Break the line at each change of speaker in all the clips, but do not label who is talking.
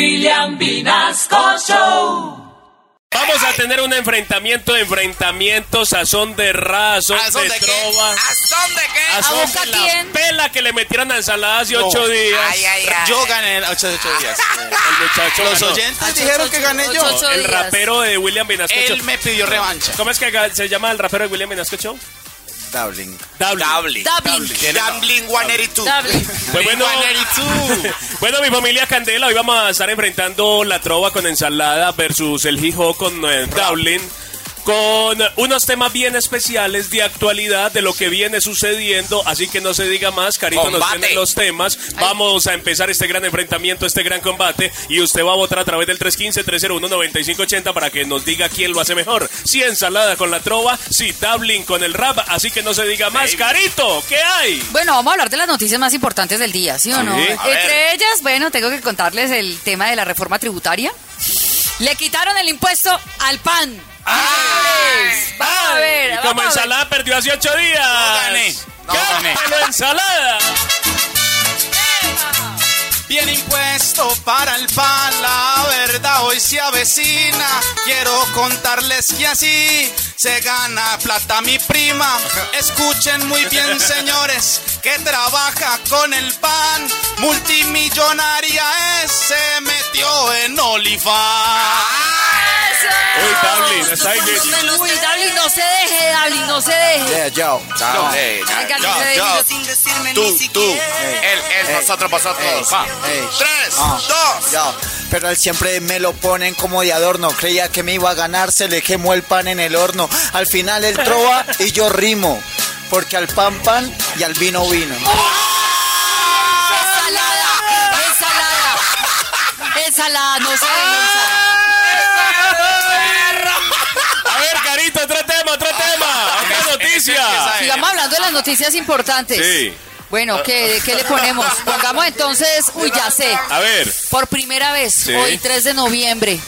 William Vinasco Show.
Vamos a tener un enfrentamiento, enfrentamiento, sazón de raso,
¿A
de,
dónde qué?
trova,
¿A dónde qué?
sazón
¿A busca
de la
quién?
pela que le metieron a ensalada hace ocho días.
Ay, ay, ay.
Yo gané en 8 de 8 días.
El muchacho
Los
ganó.
oyentes dijeron que gané yo.
ocho, ocho.
el
días.
rapero de William Vinascocho.
Él me pidió revancha.
¿Cómo es que ga- se llama el rapero de William Vinascocho?
Dublin.
Dabli.
Dublin.
Dublin.
Dublin 182.
Dublin.
Pues bueno, bueno, mi familia Candela, hoy vamos a estar enfrentando la trova con ensalada versus el hijo con eh, Dublin. Con unos temas bien especiales de actualidad, de lo que viene sucediendo, así que no se diga más, Carito nos
Combate.
tiene los temas. Vamos a empezar este gran enfrentamiento, este gran combate, y usted va a votar a través del 315-301-9580 para que nos diga quién lo hace mejor. Si ensalada con la trova, si Dublin con el rap, así que no se diga más, Carito, ¿qué hay?
Bueno, vamos a hablar de las noticias más importantes del día, ¿sí o no?
Sí. A
Entre ellas, bueno, tengo que contarles el tema de la reforma tributaria. Le quitaron el impuesto al pan. Vamos a ver,
Y
vamos
como
a ver.
ensalada perdió hace ocho días.
gané, no gané.
¡Cántalo, ensalada!
Bien impuesto para el pan, la verdad hoy se avecina. Quiero contarles que así se gana plata mi prima. Escuchen muy bien, señores, que trabaja con el pan. Multimillonaria es, se metió en Olifán.
Uy, Dublin, está ahí.
Uy, Dublin, no se deje, Dublin, no se deje.
yo.
Ey, na-
Venga, no
yo,
se deje.
yo,
no
Tú, tú. Él, él, nosotros,
Ey,
vosotros. Va.
ey.
Tres,
Ah.
dos.
Ya, pero él siempre me lo ponen como de adorno. Creía que me iba a ganar, se le quemó el pan en el horno. Al final él trova y yo rimo. Porque al pan pan y al vino vino.
Ensalada, ensalada. Ensalada, no se deje. ensalada.
A ver, Carito, otro tema, otro tema.
Ah,
Otra noticia.
Sigamos hablando de las noticias importantes.
Sí.
Bueno, ¿qué, qué le ponemos? Pongamos entonces, uy, ya sé.
A ver.
Por primera vez,
Sí.
hoy 3 de noviembre,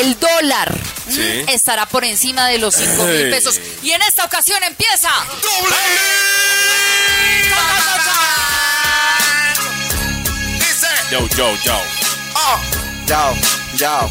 el dólar mm,
Sí.
estará por encima de los 5 mil
Ey.
pesos. Y en esta ocasión empieza.
Dice,
Yo, yo, yo.
oh,
Yao, yao.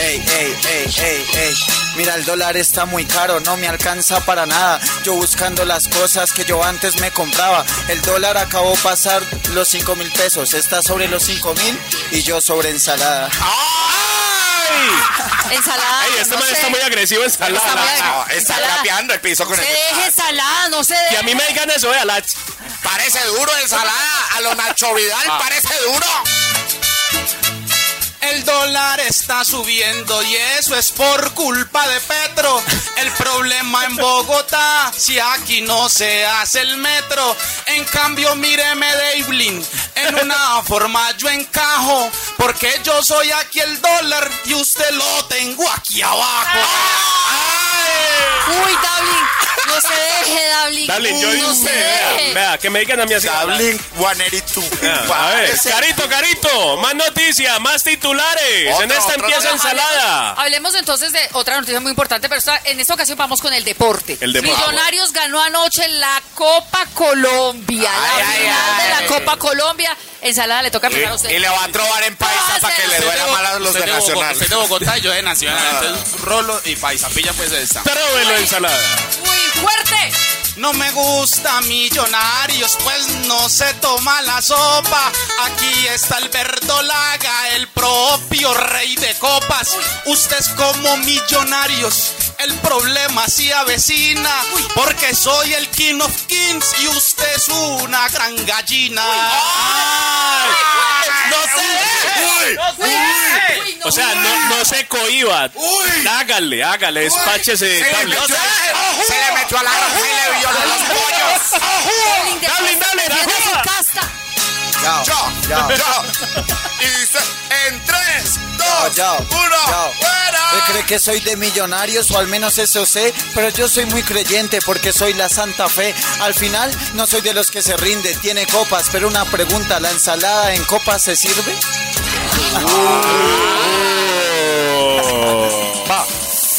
Ey, ey, ey, ey, ey. Mira, el dólar está muy caro, no me alcanza para nada. Yo buscando las cosas que yo antes me compraba. El dólar acabó pasar los 5 mil pesos. Está sobre los 5 mil y yo sobre ensalada.
¡Ay!
Ensalada.
Ey,
yo
este
no
man
sé.
está muy agresivo,
Está muy
ensalada.
agresivo.
no, está
Ensalada.
rapeando el piso
No
con
se
el.
deje ensalada, no se
Y
deje.
a mí me digan eso, vea, la...
Parece duro ensalada. A lo Nacho Vidal parece duro.
El dólar está subiendo y eso es por culpa de Petro. El problema en Bogotá, si aquí no se hace el metro. En cambio, míreme, Dublin, en una forma yo encajo, porque yo soy aquí el dólar y usted lo tengo aquí abajo.
Uy, Dublin, no se deje, Dublin.
Dublin, yo
Uy,
digo
no se
usted, vea,
deje.
vea, que me digan a mí así.
Dublin 182.
Ah, A ver, carito, carito, más noticias, más titulares. en
Otro,
esta
otro
empieza
tema.
ensalada.
Hablemos entonces de otra noticia muy importante, pero esta- en esta ocasión vamos con el deporte.
El deporte.
Millonarios ganó anoche la Copa Colombia, la
Ay,
final
ay,
de la
ay.
Copa Colombia. Ensalada le toca
Eh,
Y,
empezar a usted.
Eh, y le va a trobar en paisa
No,
para que
Ah, se-
le
se
duela mal a Ah, los de Nacional. Ah.
Soy de Bogotá y yo de Nacional. Entonces, Rolo y Paisapilla, pues está.
Tróvelo, ensalada.
Uy, fuerte.
No me gusta millonarios, pues no se toma la sopa. Aquí está el verdolaga, el propio rey de copas. Usted es como millonarios, el problema sí avecina. Porque soy el king of kings y usted es una gran gallina.
No se
Uy,
Uy, uy, no.
Eh, O sea, no, no se cohiba. Hágale, hágale, despáchese.
Se le
Dublin.
metió- se le metió a la roja y le violó los pollos.
Dublin, defiende-
Dublin, dale, la
defiende su
juega.
casta.
Yao,
Yo,
yao.
yo. Y dice, en 3, 2,
Yo,
1,
yo. Él
fuera.
cree que soy de millonarios o al menos eso sé, pero yo soy muy creyente porque soy la santa fe. Al final no soy de los que se rinde, tiene copas, pero una pregunta, ¿la ensalada en copas se sirve?
Oh.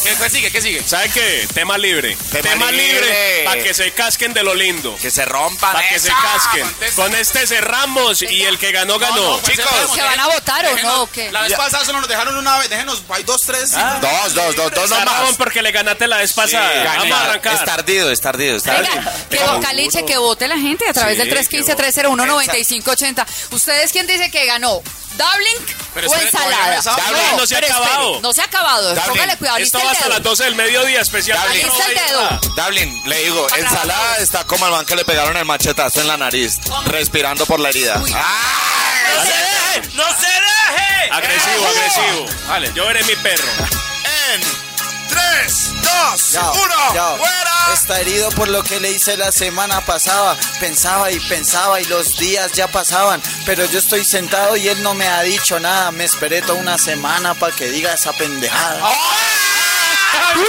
¿Qué, qué sigue? ¿Qué sigue?
¿Sabe qué? Tema libre.
Tema
Tema, libre.
libre.
Para que se casquen de lo lindo.
Que se rompan.
Para que se
¡Esa!
casquen.
contesta.
Con este cerramos y el que ganó, ganó.
pues,
Chicos.
cerramos,
¿Se van a
dejen-
votar o no,
déjenos-
o qué?
La vez
Ya.
pasada solo nos dejaron una vez. Déjenos, hay dos, tres.
Ah.
Dos, dos, dos, dos,
Está
no más.
Ramón, porque le ganaste la vez pasada.
Gané.
Vamos a arrancar.
Es tardido, es tardido, es tardido.
Venga, que don Caliche, que vote la gente a través
Sí,
del 315-301-9580. ¿Ustedes quién dice que ganó? ¿Dublink
Pero
o
espere, todavía no
ensalada?
es Dublin,
no se ha
pero espere,
acabado.
no se ha acabado.
Dublin,
Póngale cuidado.
Esto
Alista el
va hasta
dedo.
las 12 del mediodía, especial.
Dale.
Metro
Alista el
Bogotá.
dedo.
Dublin, le digo,
Para
ensalada
Ramón.
está como al man que le pegaron el machetazo en la nariz, respirando por la herida.
Uy.
¡Ay!
No se
deje! ¡No se deje!
Agresivo, agresivo. Vale, yo veré mi perro.
En 3, 2,
Yao,
1,
yao.
fuera.
Está herido por lo que le hice la semana pasada. Pensaba y pensaba y los días ya pasaban. Pero yo estoy sentado y él no me ha dicho nada. Me esperé toda una semana para que diga esa pendejada.
Ah.
Uy,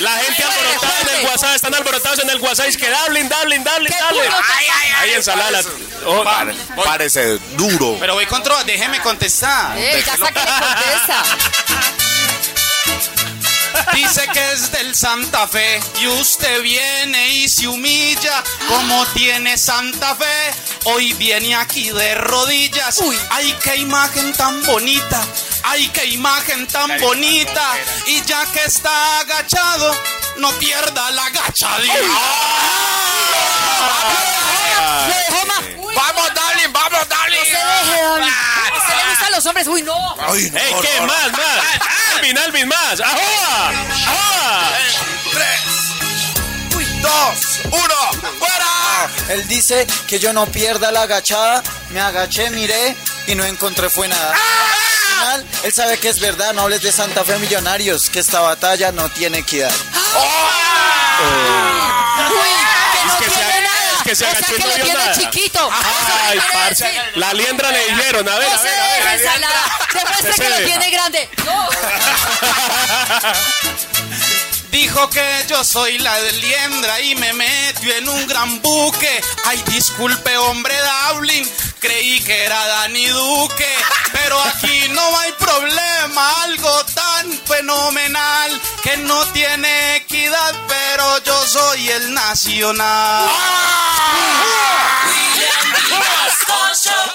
La gente
Fuerte,
alborotada en el
fuerte.
WhatsApp, están alborotados en el WhatsApp. Es que Dublin, Dublin, Dublin,
Qué
Dublin.
duro.
Ay, ay, ay.
Ahí ensalada. Oh,
Pare- Parece duro.
Pero voy contra, déjeme contestar.
eh, ya está que le contesta.
Dice que es del Santa Fe y usted viene y se humilla como tiene Santa Fe. Hoy viene aquí de rodillas.
Uy.
Ay, qué imagen tan bonita. Ay, qué imagen tan bonita. Y ya que está agachado, no pierda la agachadita.
Lo dejó más. Uy,
¡Vamos, Dublin! ¡Vamos, Ah, Dublin!
No se deje, Dublin. ¿Cómo se le gustan los hombres? Uy, no.
¡Ay, no,
¡Ey, qué!
no, no.
¡Más, más! ¡Alvin, Alvin, más! ¡Ajoa! ¡Ajoa!
3, 2, 1, fuera.
Él dice que yo no pierda la agachada. Me agaché, miré y no encontré fue nada. Al final, él sabe que es verdad. No hables de Santa Fe Millonarios, que esta batalla no tiene equidad.
Uy, que no
que se
tiene
ag-
nada.
es que se
o
agachó
sea
y
que
no
lo
vio
tiene
nada.
chiquito.
ay,
Eso quiere
parce.
decir.
La liendra le dijeron. A ver,
No
a
se
ver, a ver.
deje, ensalada. Demuestre
Se
que lo
deja.
tiene grande. No.
Dijo que yo soy la de liendra y me metió en un gran buque. Ay, disculpe, hombre Dublin, creí que era Dani Duque. Pero aquí no hay problema, algo tan fenomenal que no tiene equidad, pero yo soy el nacional.
William Vinasco Show.